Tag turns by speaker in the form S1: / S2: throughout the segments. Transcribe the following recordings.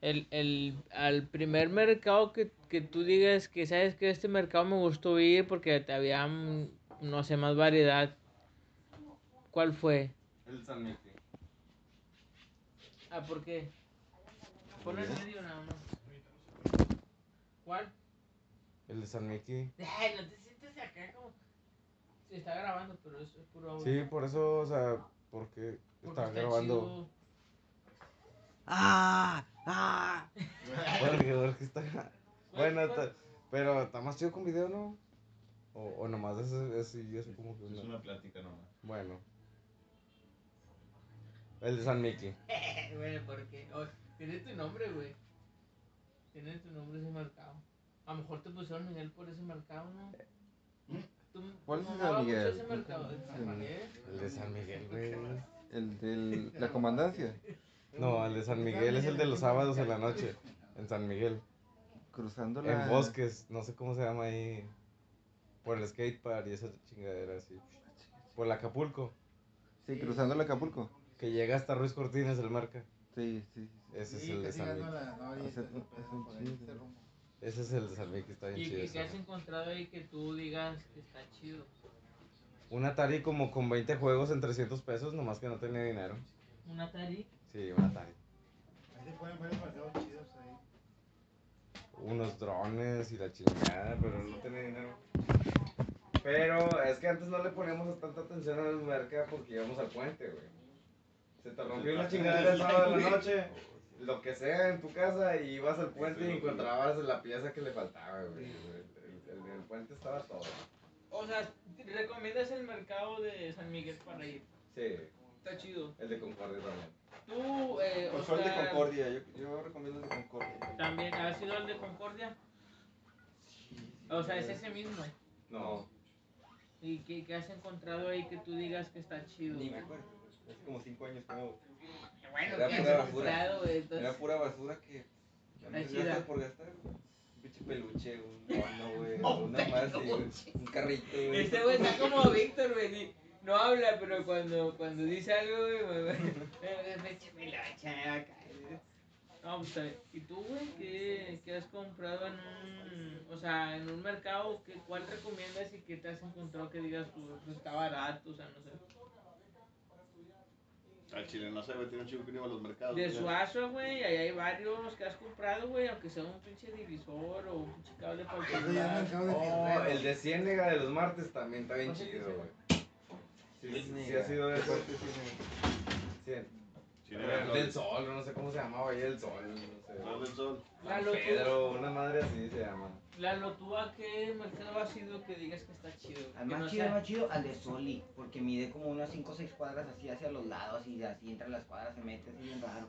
S1: el, el, al primer mercado que, que tú digas que sabes que este mercado me gustó ir porque te había, mm, no sé, más variedad. ¿Cuál fue?
S2: El San Miguel.
S1: Ah, ¿por qué? Ponlo en medio nada más. ¿Cuál?
S2: El de San Miki.
S1: Ay, no te sientes acá como... Se está grabando, pero eso es puro audio.
S2: Sí, por eso, o sea, porque
S1: Porque
S2: estaban
S1: está
S2: grabando.
S1: chido.
S3: ¡Ah! ¡Ah!
S2: Porque, porque está. Bueno,
S1: cuál?
S2: está- pero está más chido con video, ¿no? O, o nomás es, es, es como que
S4: Pues Es
S2: una-
S4: una plática nomás.
S2: Bueno. El de San Miki.
S1: Güey, porque oh, tiene tu nombre, güey. Tiene tu nombre ese mercado. A lo mejor te pusieron Miguel por ese mercado, ¿no? ¿Tú,
S5: ¿Cuál es
S1: tú
S5: San
S1: mamabas mucho
S5: Miguel?
S1: ese mercado? ¿De San Miguel?
S2: El de San Miguel, güey.
S5: El de la comandancia.
S2: No, el de San Miguel es el de los sábados en la noche. En San Miguel.
S5: Cruzando la.
S2: En bosques, no sé cómo se llama ahí. Por el skatepark y esa chingadera así.
S1: Ah,
S2: Por el Acapulco,
S5: Sí, cruzando el Acapulco.
S2: que llega hasta Ruiz Cortines, el marca.
S5: Sí, sí. sí.
S2: Ese es
S6: Sí,
S2: el de
S6: casi
S2: San
S6: llegando a
S2: Miguel.
S6: la no, ahí
S5: O sea,
S6: está el
S5: tú-
S6: pedo
S5: tú-
S6: por ahí,
S5: sí,
S6: este
S5: sí.
S6: rumbo.
S2: Ese es el de San Miguel que está bien
S1: ¿Y,
S2: chido.
S1: y qué has
S2: ese.
S1: encontrado ahí que tú digas que está chido?
S2: Un Atari como con 20 juegos en 300 pesos, nomás que no tenía dinero.
S1: ¿Un Atari?
S2: Sí, un Atari.
S6: Ahí se ponen varios paseos chidos ahí.
S2: Unos drones y la chingada, pero no tenía dinero. Pero es que antes no le poníamos tanta atención al mercado porque íbamos al puente, güey. Se te rompió la chingadera el sábado de la noche. lo que sea en tu casa y ibas al puente y encontrabas la pieza que le faltaba, güey. El, el- el- el puente estaba todo.
S1: O sea, ¿te ¿recomiendas el mercado de San Miguel para ir?
S2: Sí,
S1: Está chido.
S2: el de Concordia también.
S1: Tú, eh,
S5: Pues fue el de Concordia. Yo, yo recomiendo el de Concordia.
S1: ¿También has ido al de Concordia? O sea, es ese mismo.
S2: No,
S1: ¿Y qué, qué has encontrado ahí que tú digas que está chido?
S5: Ni me acuerdo. Hace como 5 años que no.
S1: Bueno,
S5: Era
S1: ¿qué
S5: pura
S1: has
S5: basura.
S1: encontrado? güey? Entonces,
S5: Era pura basura que. ya me
S1: Está chida.
S5: gastas por gastar. Un pinche peluche, un mono, güey. Una más, sí, güey, un carrito, güey.
S1: Este güey está como Víctor, güey. ni- No habla, pero cuando, cuando dice algo, güey, me- me- me- me echa mi locha acá. No, pues está bien. ¿Y tú, güey, qué, qué has comprado en un, o sea, en un mercado? ¿qué, ¿Cuál recomiendas y qué te has encontrado que digas tú, pues está barato, o sea, no sé.
S4: Al chile no sé, güey, tiene un chico que no iba a los mercados.
S1: De
S4: güey.
S1: Suazo, güey, ahí hay varios que has comprado, güey, aunque sea un pinche divisor o un pinche cable para
S5: Ah,
S1: el
S6: Eso ya
S1: celular.
S6: no acabo de
S2: Oh,
S6: Guerrero.
S2: el de Ciénega de los martes también está bien chido, güey. Sí, sí, sí ha sido de
S5: Aparte, sí, sí.
S2: Sí,
S4: Sí, era
S2: el del sol, no sé cómo se llamaba ahí el sol,
S4: Flor
S2: no sé.
S4: del sol.
S1: Lalo, tú-
S2: Pedro, una madre así se llama.
S1: Lalo, ¿tú a qué mercado has ido que digas que está chido? Que
S7: Al más
S1: no
S7: chido,
S1: sea-
S7: al más chido, al de Soli, porque mide como unas 5 o 6 cuadras así hacia los lados y así entra a las cuadras, se mete así bien raro.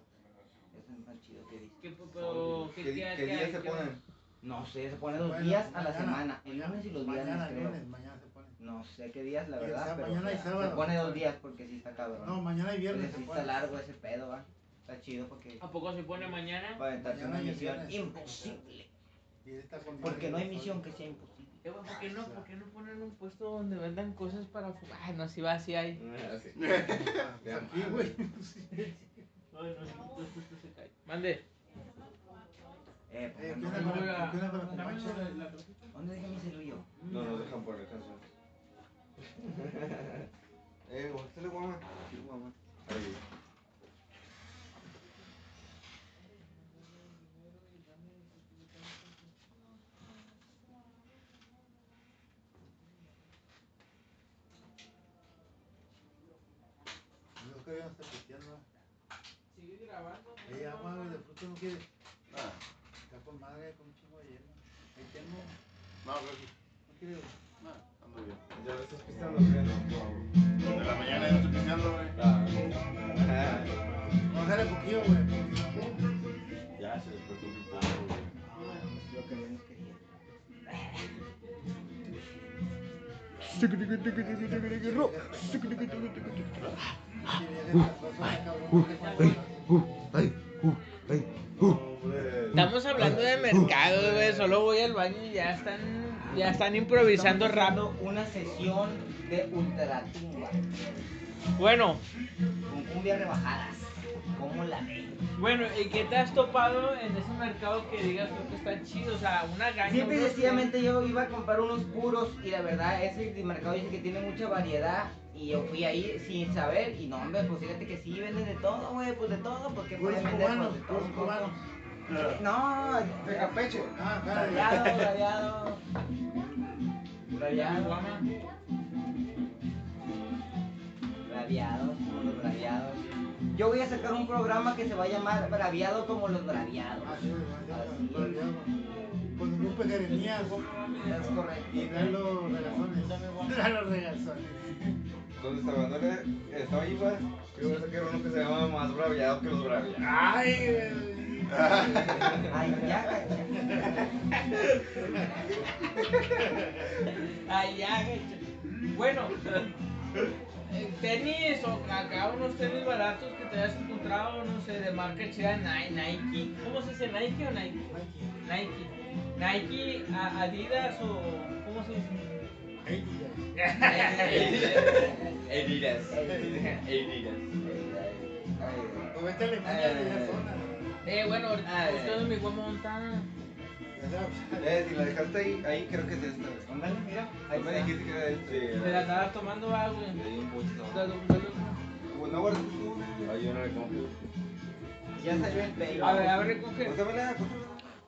S7: Es el más chido que dice.
S1: ¿Qué, pero,
S5: ¿Qué,
S1: qué,
S5: di-
S1: qué-
S5: qué
S1: qué-
S5: días se
S1: qué-
S5: ponen?
S7: No sé, se pone
S6: Bueno,
S7: los días a la
S6: mañana,
S7: semana, el lunes y los viernes
S6: Mañana,
S7: creo.
S6: lunes, mañana se ponen.
S7: No sé qué días, la
S6: Y el
S7: verdad,
S6: sábado,
S7: pero
S6: mañana y
S7: o sea, se
S6: sábado.
S7: pone dos días porque sí está cabrón.
S6: No, mañana y
S7: Pero
S6: viernes
S7: sí
S6: se
S7: está
S6: ponen.
S7: largo ese pedo, va. Está chido porque
S1: ¿A poco se pone mañana?
S7: para aventarse
S6: Mañana
S7: una
S6: y el
S7: misión
S6: viernes.
S7: imposible.
S6: Y esta con-
S7: Porque no hay misión que sea imposible.
S1: Eh, güey, ¿por, qué no, ¿Por qué no ponen un puesto donde vendan cosas para fumar? Ah, no, si va, si hay.
S5: Ah,
S2: Así.
S6: Pues Aquí, güey.
S7: Ah,
S1: Ay, no, si el puesto se cae. Mande.
S7: Eh,
S6: Eh,
S7: pues,
S6: ¿Qué
S7: no,
S6: onda
S7: no,
S6: con
S1: Hola.
S6: la- qué onda con la Ah,
S1: Dame
S6: comancha?
S1: la- la-
S7: ¿Dónde dejé mi celular?
S5: No nos dejan poner canción. eh, bájale, guama. Sí, guama.
S2: Ahí.
S6: Yo creo que no está pisteando.
S1: Sigue grabando.
S6: Ahí ya, güey, de fruto no quiere.
S4: Ah,
S6: Está con madre, con un chingo de hielo. Ahí tengo.
S4: no, gracias.
S6: No quiere.
S4: No, ando bien.
S2: Ya lo estás pisando, ¿no?
S4: De la mañana ya estoy pisteando, güey.
S2: Ah.
S6: Bájale poquillo, güey.
S4: Ya se despertó mi perro, güey.
S7: Lo que menos quería.
S1: Estamos hablando de mercado, güey. Solo voy al baño y ya están, ya están improvisando
S7: Estamos
S1: rap.
S7: haciendo Una sesión de ultratumba.
S1: Bueno,
S7: Con cumbias rebajadas. ¿Cómo la ven?
S1: Bueno, ¿y qué te has topado en ese mercado que digas tú que está chido? O sea, una gaña.
S7: Simple y
S1: unos-
S7: sencillamente yo iba a comprar unos puros y la verdad ese mercado dice que tiene mucha variedad y yo fui ahí sin saber y no hombre, pues fíjate que sí venden de todo, güey, pues de todo, porque
S6: Puros
S7: pueden vender
S6: cubanos,
S7: pues, de todo
S6: puros
S7: un poco.
S6: cubanos.
S7: No,
S5: De Campeche.
S6: Ah, claro.
S7: rayado, rayado. Rayado.
S1: Guama.
S7: Braviados, como los braviados. Yo voy a sacar un programa que se va a llamar Braviado como los braviados.
S6: Ah, sí, demasiado, demasiado. Con un grupo de Jeremías
S7: Es correcto.
S6: y Lalo Regazones. Lalo Regazones.
S2: Entonces, estaba estaba ahí, pues, yo voy a sacar uno que se llama Más Braviado que los Braviados.
S6: Ay, güey.
S7: Ay, ya, gacha.
S1: Ay, ya, gacho. Bueno, eh, tenis o acá unos tenis baratos que te hayas encontrado, no sé, de marca chida Ni- Nike. ¿Cómo se dice Nike o Nike? Nike. Nike, a- Adidas o. ¿Cómo se dice?
S6: Ay, ya.
S2: Adidas.
S7: Adidas.
S2: Adidas.
S6: Pues vete a Alemania, de esa zona.
S1: Eh, bueno, ahorita
S7: Ay.
S1: buscando mi guama montada.
S6: Ya sabes.
S5: Eh, si la dejaste ahí, ahí creo que es esta. güey.
S7: Ándale, mira.
S5: Ahí me
S7: está.
S5: dijiste que era este.
S1: Me la andaba tomando algo.
S5: Y hay un poquito.
S1: Dale, dale.
S5: Pues no guardaste tú, güey.
S2: Hay uno de compro.
S7: Ya salió el pelo.
S1: A ver, a ver, recoge.
S5: Córtamela, córtamela.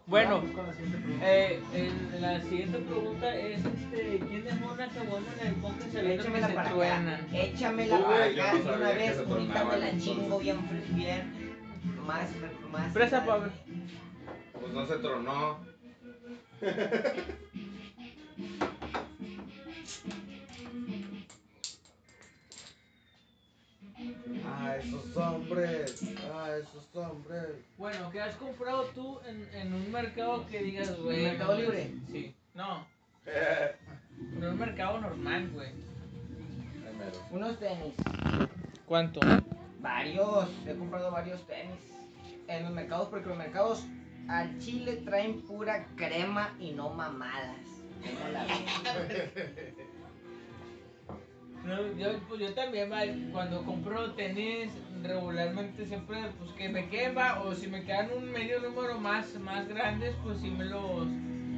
S1: Bueno,
S6: Vamos con la siguiente pregunta.
S1: eh, en la siguiente pregunta es: este, ¿quién dejó una caguama en el podcast sabiendo que
S7: Échamela
S1: se
S7: para acá.
S1: truenan?
S7: Échamela para
S2: Uy, yo
S7: acá
S2: no
S7: de una
S2: sabía que
S7: vez.
S2: se
S7: Ahorita
S2: tornaba
S7: me la
S2: el
S7: chingo
S2: sol.
S7: bien, fre- bien. Más, más.
S1: Presa, Pablo.
S2: Pues no se tronó.
S5: Ah, esos hombres. Ah, esos hombres.
S1: Bueno, ¿qué has comprado tú en, en un mercado que digas, güey?
S7: ¿Un mercado
S1: no,
S7: libre?
S1: Sí. No, en un mercado normal, güey.
S5: Ay, mero.
S7: Unos tenis.
S1: ¿Cuánto?
S7: Varios, he comprado varios tenis en los mercados porque los mercados al chile traen pura crema y no mamadas. ¿Cómo la ven?
S1: No, yo, pues yo también, va, cuando compro tenis, regularmente siempre, pues que me queden, va, o si me quedan un medio número más, más grandes, pues sí me los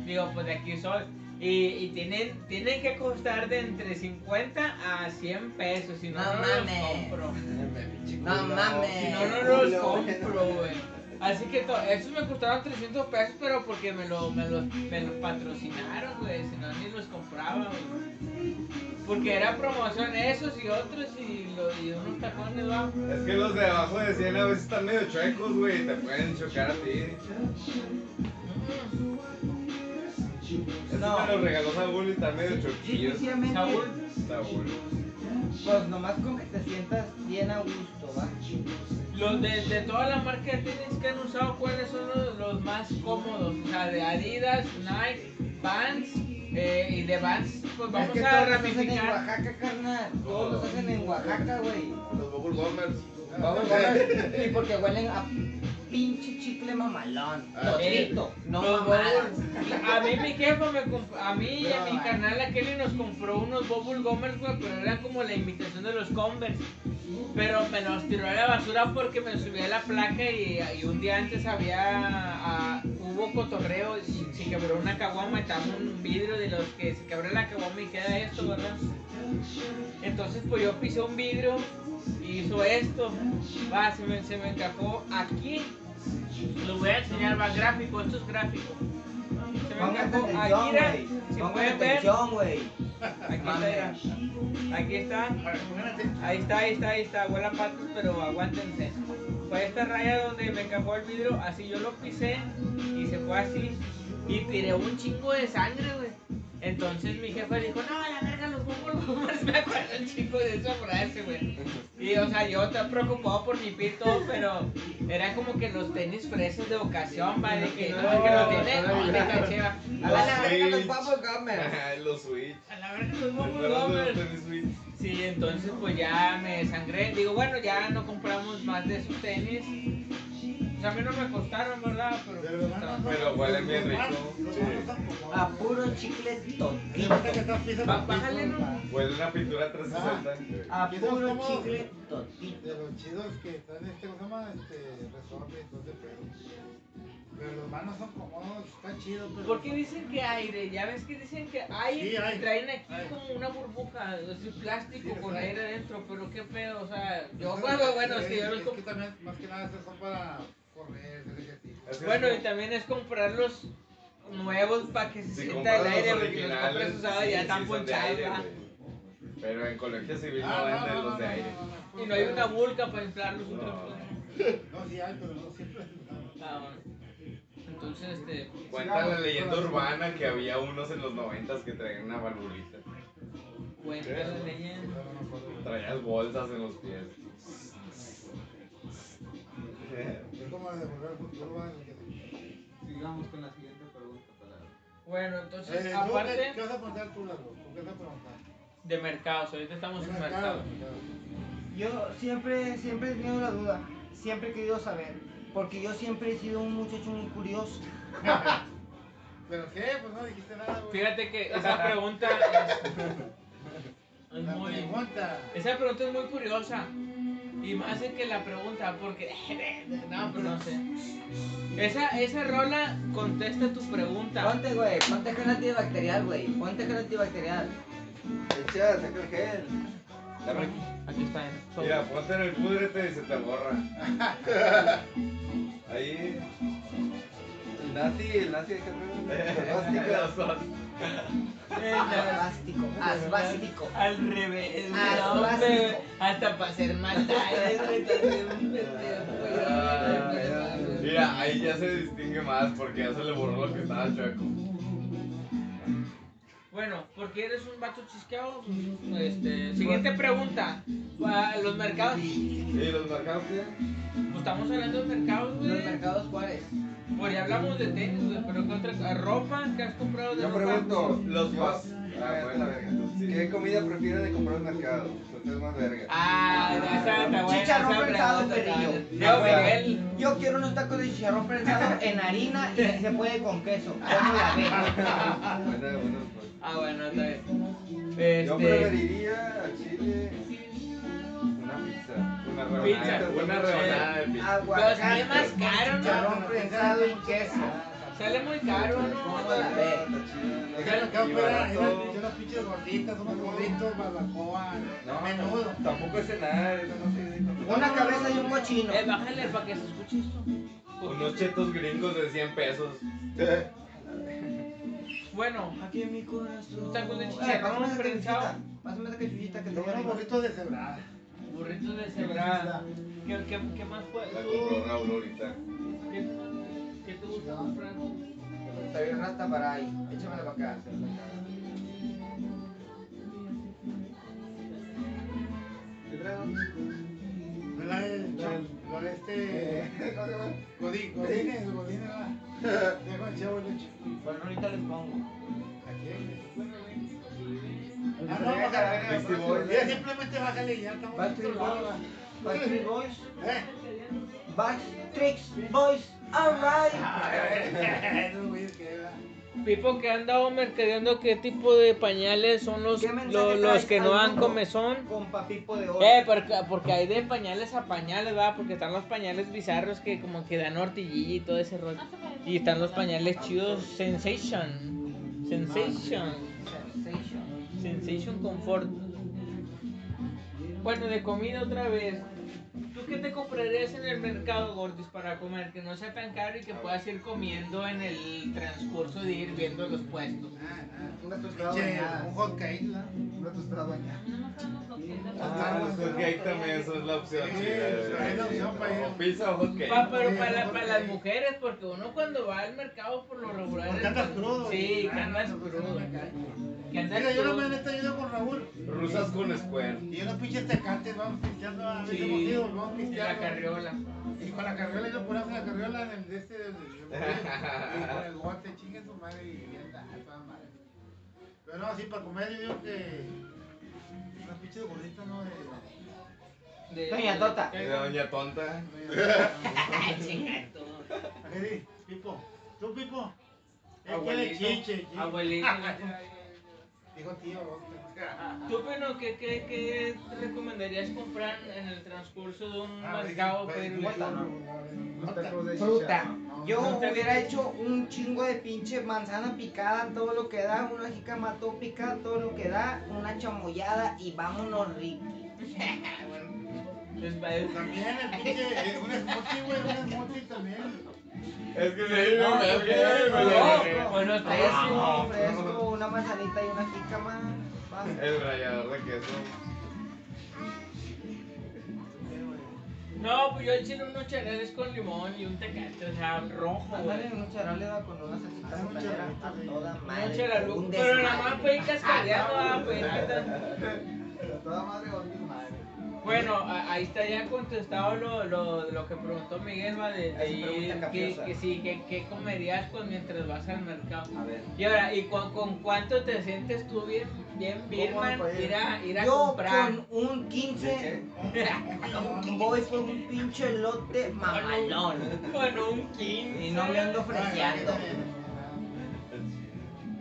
S1: digo, pues de aquí soy. Y, y tienen, tienen que costar de entre 50 a 100 pesos, si no,
S7: No
S1: no, los
S7: mames.
S1: compro.
S7: No
S1: Si
S7: mames.
S1: no, no los compro, güey. Así que to- esos me costaron 300 pesos, pero porque me los me los- me los patrocinaron, güey. Si no, ni los compraba, güey. Porque era promoción esos y otros y, lo- y unos tacones, va.
S2: Es que los de abajo de 100 a veces están medio chuecos, güey. y Te pueden chocar a ti. Este
S7: No.
S2: me lo regaló Saúl y está medio choquillo.
S7: Sencillamente,
S1: Mm, Saúl,
S2: Saúl.
S7: pues nomás con que te sientas bien a gusto, va.
S1: los de, de toda la marca de tenis que han usado, ¿cuáles son los, los más cómodos? O sea, de Adidas, Nike, Vans. eh, y de Vans, pues vamos
S7: es que
S1: a
S7: todos los hacen en
S1: ramificar.
S7: Oaxaca, carnal. Todos los hacen en Oaxaca, güey.
S2: Los Bubble Bombers.
S7: Vamos, vamos. Y porque huelen a pinche chicle mamalón.
S2: Ah,
S7: Totito, no
S1: Los
S7: mamadas.
S1: Bubble- A mí mi jefa me comp- a mí y a mi
S7: No,
S1: canal a Kelly nos compró unos Bubble Gummers, güey, pero era como la imitación de los Converse. Pero me los tiró a la basura porque me subí a la placa y, y un día antes había ah, hubo cotorreo y se quebró una caguama, estaba un vidrio de los que se quebró la caguama y queda esto, ¿verdad? Entonces pues yo pisé un vidrio y hizo esto. Va, se me, se me encajó aquí. Lo voy a enseñar, va gráfico, esto es gráfico. Se me
S7: Pongan
S1: encajó
S7: atención,
S1: aquí, mira,
S7: güey.
S1: si
S7: Pongan
S1: pueden ver,
S7: atención, güey.
S1: aquí está, mira. aquí está,
S6: A ver, pónganse.
S1: ahí está, ahí está, ahí está, huele a patos, pero aguántense. Fue esta raya donde me encajó el vidrio, así yo lo pisé y se fue así y tiré un chingo de sangre, güey. Entonces mi jefa dijo, no, a la verga los bombos, me acuerdo el chingo de esa frase, güey. Y o sea, yo estaba preocupado por mi pito, pero era como que los tenis fresas de ocasión, va, de que no, que lo tiene, no, me caché, va.
S7: A
S2: Los
S7: la verga los
S2: Switch.
S7: Bubble
S2: Los
S7: Gummers.
S2: Switch.
S1: A la verga los bombos,
S2: Los tenis Switch.
S1: Sí, entonces pues ya me desangré. Digo, bueno, ya no compramos más de esos tenis. Pues a mí no me costaron, ¿verdad? Pero,
S6: Pero, ¿verdad?
S1: pues,
S2: Pero huele bien rico.
S6: Y los
S4: Sí.
S6: demás tampoco.
S7: A puro chicle
S6: Y
S7: totito.
S6: ahorita que estás pisa
S1: Ba-
S6: por
S1: bájale,
S6: piso,
S1: ¿no?
S6: pa-
S2: Huele una pintura 360.
S1: Ah.
S7: A
S6: ¿Y sabes
S7: puro
S6: cómo?
S7: chicle totito.
S6: De los chidos que están este, ¿cómo se llama? Este, resorte y todo ese pedo. Pero los manos son cómodos, está chido, pero.
S1: pues, ¿Por qué dicen que aire? Ya ves que dicen que aire
S6: Sí,
S1: y
S6: aire.
S1: traen aquí
S6: Aire.
S1: como una burbuja, o sea, plástico con
S6: Sí, exacto.
S1: aire adentro, pero qué pedo, o sea, yo
S6: Entonces,
S1: bueno, bueno, es que yo
S6: es
S1: los
S6: que
S1: comp-
S6: también, más que nada, estos son para correr, hacer ejercicio.
S2: Es que
S1: Bueno,
S2: es
S1: y
S2: como-
S1: también es comprarlos nuevos para que se
S2: Si
S1: sienta el
S2: compras
S1: aire,
S2: los
S1: porque los compras
S2: originales,
S1: usados
S2: sí,
S1: ya
S2: sí
S1: están
S2: son de
S1: ponchados,
S2: aire,
S1: ¿va?
S2: güey. Pero en colegio civil
S6: Ah,
S2: no venden los de
S6: no,
S2: aire.
S6: no, no, no.
S1: Y no hay una vulca para inflarlos
S2: No.
S1: otra cosa.
S6: No, sí hay, pero no siempre.
S1: Ah, bueno. Entonces, este,
S2: Cuenta la leyenda urbana que había unos en los 90 que traían una valvulita.
S1: cuenta la leyenda.
S2: Traías bolsas en los pies.
S6: Es como de volver al futuro, va, el que-
S5: Sigamos con la siguiente pregunta para.
S1: Bueno, entonces,
S6: Eh, ¿tú qué-
S1: aparte
S6: ¿Qué vas a preguntar tú, Lalo? ¿Tú qué vas a preguntar?
S1: de mercados, ahorita estamos en
S6: Mercado,
S1: mercados.
S6: mercado.
S7: Yo siempre, siempre he tenido la duda, siempre he querido saber, porque yo siempre he sido un muchacho muy curioso.
S6: ¿Pero qué? Pues no dijiste nada, güey.
S1: Fíjate que esa pregunta es, es
S6: La
S1: muy...
S6: pregunta.
S1: Esa pregunta es muy curiosa. Y más es que la pregunta, porque. No, pero no sé. Esa, esa rola contesta tu pregunta.
S7: Ponte, güey, ponte gel antibacterial, güey, ponte gel antibacterial.
S5: Echa, saca el gel. Dame.
S1: Aquí está. eh.
S2: Mira, ponte en el pudrete y se te borra.
S5: Ahí. El nazi, el nazi de
S2: Los
S5: Carlos.
S2: dos.
S7: Asbástico, asbástico.
S1: Al revés. güey.
S7: Ah,
S1: No,
S7: básico.
S1: hombre, Hasta para ser mal tarde, güey, también, un pendejo, güey.
S2: Ah,
S5: ya.
S2: Mira, ahí ya se distingue más porque ya se le borró lo que estaba chueco.
S1: Bueno, porque eres un vato chisqueado. Este, siguiente pregunta. Ah, Los mercados.
S2: ¿Y los mercados qué?
S1: Pues estamos hablando de mercados, güey.
S7: Los mercados Juárez.
S1: Pues ya hablamos de tenis, güey, pero ¿qué otra cosa? ropa que has comprado de
S5: Yo
S1: ropa?
S5: pregunto,
S2: Los
S5: yo-
S2: más.
S5: Ah, bueno, ¿Qué comida prefieren de comprar en el mercado? Eso es más verga.
S1: Ah, esa está buena.
S7: Chicharrón
S1: esa
S7: prensado,
S1: pregunta,
S7: perrillo.
S1: tal.
S7: Ah,
S1: Yo,
S7: bueno.
S1: Miguel,
S7: Yo quiero unos tacos de chicharrón prensado en harina y si se puede con queso. ¿Cómo la ven?
S5: Bueno, bueno, pues.
S1: Ah, bueno, está bien.
S5: Yo
S1: Este,
S5: preferiría al chile una pizza.
S2: Una rebanada.
S5: Pizza.
S2: Una rebanada de
S5: Ah,
S2: pizza.
S1: Pero sale más
S7: Aguacate,
S1: caro, ¿no?
S7: chicharrón prensado y queso.
S1: sale muy caro,
S5: ¿Cómo
S1: ¿no?
S5: la
S1: Bueno,
S5: ve?
S6: Acá acá
S5: Y
S6: afuera hay
S5: barato.
S6: unas pinches- unas pinches gorditas, unos gorditos, barbacoa,
S5: No,
S6: menudo.
S5: Tampoco es cenar, eso no se dice.
S7: Una cabeza y un cochino.
S1: Eh, bájale para que se escuche esto.
S2: Unos chetos gringos de 100 pesos.
S1: Bueno,
S7: Aquí en mi corazón. Eh,
S1: Tacos de chicharrón
S7: Pásame esa
S1: prensado.
S7: cachuchita, Pásame esa cachuchita que te
S6: Pero unos
S7: voy
S6: gorditos de cebrada.
S1: burritos de cebrada. ¿Qué, qué, qué más puedes?
S2: La compró Raúl ahorita.
S1: ¿Qué, qué te gusta comprar?
S7: a Está bien rasta para ahí. Échamela para acá.
S6: No la de- no la de este. ¿Cómo se llama? Godín, Godínez, Godínez, va. Ya con el chavo el ocho.
S7: Bueno, ahorita les pongo.
S6: ¿A quién? Ah, no, bájale.
S5: Dixie Boy.
S6: Ya simplemente bájale y ya estamos
S7: Backstreet Boys. Backstreet Boys.
S6: ¿Eh?
S7: Backstreet Boys. Alright.
S6: Esos güeyes que, va.
S1: Pipo que ha andado mercadeando qué tipo de pañales son los,
S7: ¿Qué
S1: lo-
S7: mensaje
S1: los
S7: traes
S1: que no
S7: al
S1: dan
S7: mundo?
S1: comezón.
S7: Con papipo de oro.
S1: Eh, porque, porque hay de pañales a pañales, va, porque están los pañales bizarros que como que dan hortillilla y todo ese rollo. Y están los pañales chidos Sensation. Sensation.
S7: Sensation.
S1: Sensation Comfort. Bueno, de comida otra vez. ¿Tú qué te comprarías en el mercado, Gordis, para comer? Que no sea tan caro y que puedas ir comiendo en el transcurso de ir viendo los puestos.
S6: Ah, ah.
S5: Una tostada
S6: Pinche,
S5: bañada.
S6: un hot cake, ¿no?
S5: Una tostada bañada.
S2: Ah, los hot cake también, eso es la opción.
S6: Sí,
S2: chida,
S6: es la
S2: güey.
S6: opción para ir.
S2: O pizza o hot cake.
S1: Pa- pero para, la- para las mujeres, porque uno cuando va al mercado por lo regular.
S6: Porque andas crudo.
S1: pues, Sí,
S6: güey.
S1: que andas
S6: Ah, no, pues,
S1: crudo.
S6: no me cae.
S1: Que andas
S6: Mira, yo la
S1: crudo.
S6: mañana he ido con Raúl.
S2: Rusas con square.
S6: Y unos pinches tecates, vamos pisteando. A veces
S1: Sí,
S6: hemos ido, vamos
S1: en
S6: pisteando.
S1: la carriola.
S6: Y con la carriola, yo ponemos la carriola del de este. del- del- y con el bote, chingue su madre. Y ya está, toda madre. Pero no, así para comer, yo digo que. Unas pinches gorditas, ¿no? De,
S1: de-
S7: Doña Tota.
S2: De doña tonta.
S7: Ay, chinga tú.
S6: Eddie, Pipo, tú Pipo. Él quiere
S1: Abuelito.
S6: chiche, chiche.
S1: Abuelito.
S6: Dijo tío.
S1: Ah, ¿Tú, pero qué, qué, qué recomendarías comprar en el transcurso de un
S6: Ah,
S1: mercado?
S6: pues,
S1: Pedro?
S6: pues,
S7: Guata, ¿no?
S2: Unos tacos de
S7: Fruta.
S2: chicha.
S7: Yo hubiera hecho un chingo de pinche manzana picada, todo lo que da, una jicamató picada, todo lo que da, una chamoyada y vámonos, Ricky.
S1: Pues, va-
S6: También el pinche, eh, un smoothie, güey, un smoothie también.
S2: Es que se vino,
S7: No,
S2: es que
S1: no,
S2: se
S1: bueno, está
S7: Fresco,
S1: eso.
S7: fresco, una manzanita y una jicama. basta.
S2: El rallador de queso.
S1: No, pues yo al chile unos charales con limón y un tecate, o sea, rojo,
S7: Ándale,
S1: güey.
S7: un charal le da con una salsita
S6: Ah, un
S7: española
S6: charalito,
S7: a
S6: sí.
S7: toda madre.
S1: Un charaluco,
S7: un
S1: pero nada más
S7: desmadre.
S1: pedí cascareado, ah, pues, ¿qué tal?
S7: A toda madre con mi madre.
S1: Bueno, a- ahí está ya contestado lo, lo, lo que preguntó Miguel, va de,
S7: Ahí se
S1: de-
S7: pregunta
S1: que,
S7: capiosa.
S1: que sí, que, que comerías con mientras vas al mercado.
S7: A ver.
S1: Y ahora, ¿y con, con cuánto te sientes tú bien, bien Birman,
S7: para ir?
S1: ir a, ir a
S7: Yo
S1: comprar?
S7: con un 15 voy por un pinche elote mamalón.
S1: Con un 15.
S7: Y no me ando freseando.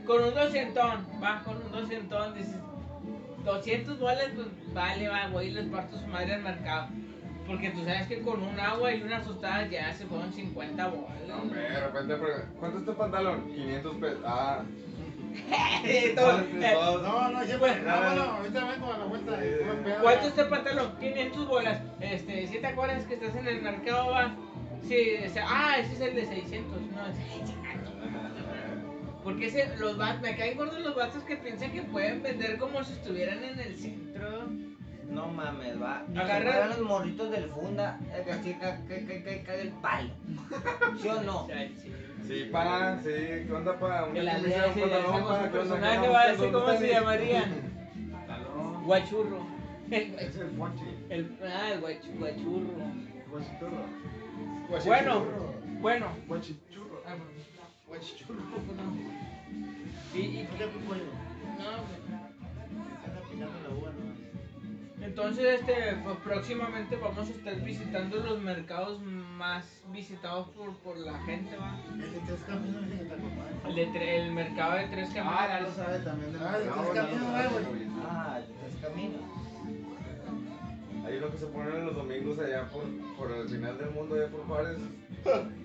S1: Con un doscientón, va, con un doscientón, dices, 200 bolas, pues vale, va, voy y les parto su madre al mercado. Porque tú sabes que con un agua y unas tostadas ya se fueron 50 bolas.
S2: Hombre, de repente, pre- ¿cuánto es tu pantalón? 500 pesos. Ah,
S1: Todo- eh,
S6: No, no, ya
S1: Bueno,
S6: bueno, no, bueno, ahorita vengo a la vuelta. puro pedo.
S1: ¿Cuánto está el este pantalón? 500 bolas. Este, si te acuerdas que estás en el mercado, va. Sí, o sea, ah, ese es el de 600. No, ese Porque ese, los vatos, me caen gordos los vatos que piensan que pueden vender como si estuvieran en el centro.
S7: No mames, va.
S1: Agarra-
S7: Agarran los morritos del funda. eh, Que así ca- ca- ca- ca- cae el palo. ¿Sí o no?
S1: O sea, sí.
S2: Sí, pa, sí, ¿qué onda, pa?
S1: Que
S2: Una
S1: la
S2: camisa,
S1: aldea,
S2: un
S1: si
S2: pantalón,
S1: dejamos
S2: pa,
S1: un
S2: ¿qué onda?
S1: personaje,
S2: ¿Qué
S1: va a
S2: onda?
S1: decir cómo
S2: ¿Dónde
S1: se
S2: está mi-
S1: llamaría.
S6: Talón.
S1: Guachurro.
S6: Es el ponche.
S1: El, ah, el guachu- guachurro.
S6: Guachiturro.
S1: Bueno, bueno.
S6: Guachichurro.
S1: Ah, bueno.
S6: Guachichurro.
S1: Y, y-
S6: ¿Qué pico yo?
S1: no, güey.
S6: Están apilando la uva, ¿no?
S1: Entonces, este, pues, próximamente vamos a estar visitando los mercados más visitados por, por la gente, ¿va?
S6: El de tres caminos dice que te acompaña.
S1: El, de tre- el mercado de tres
S6: Ah,
S1: caminos.
S6: lo sabe también. Ah, el de
S2: Ah,
S6: tres caminos,
S2: bueno,
S6: ah, güey.
S7: Ah, el de tres caminos.
S2: Hay uno que se ponen los domingos allá por, por el final del mundo, allá por Juárez.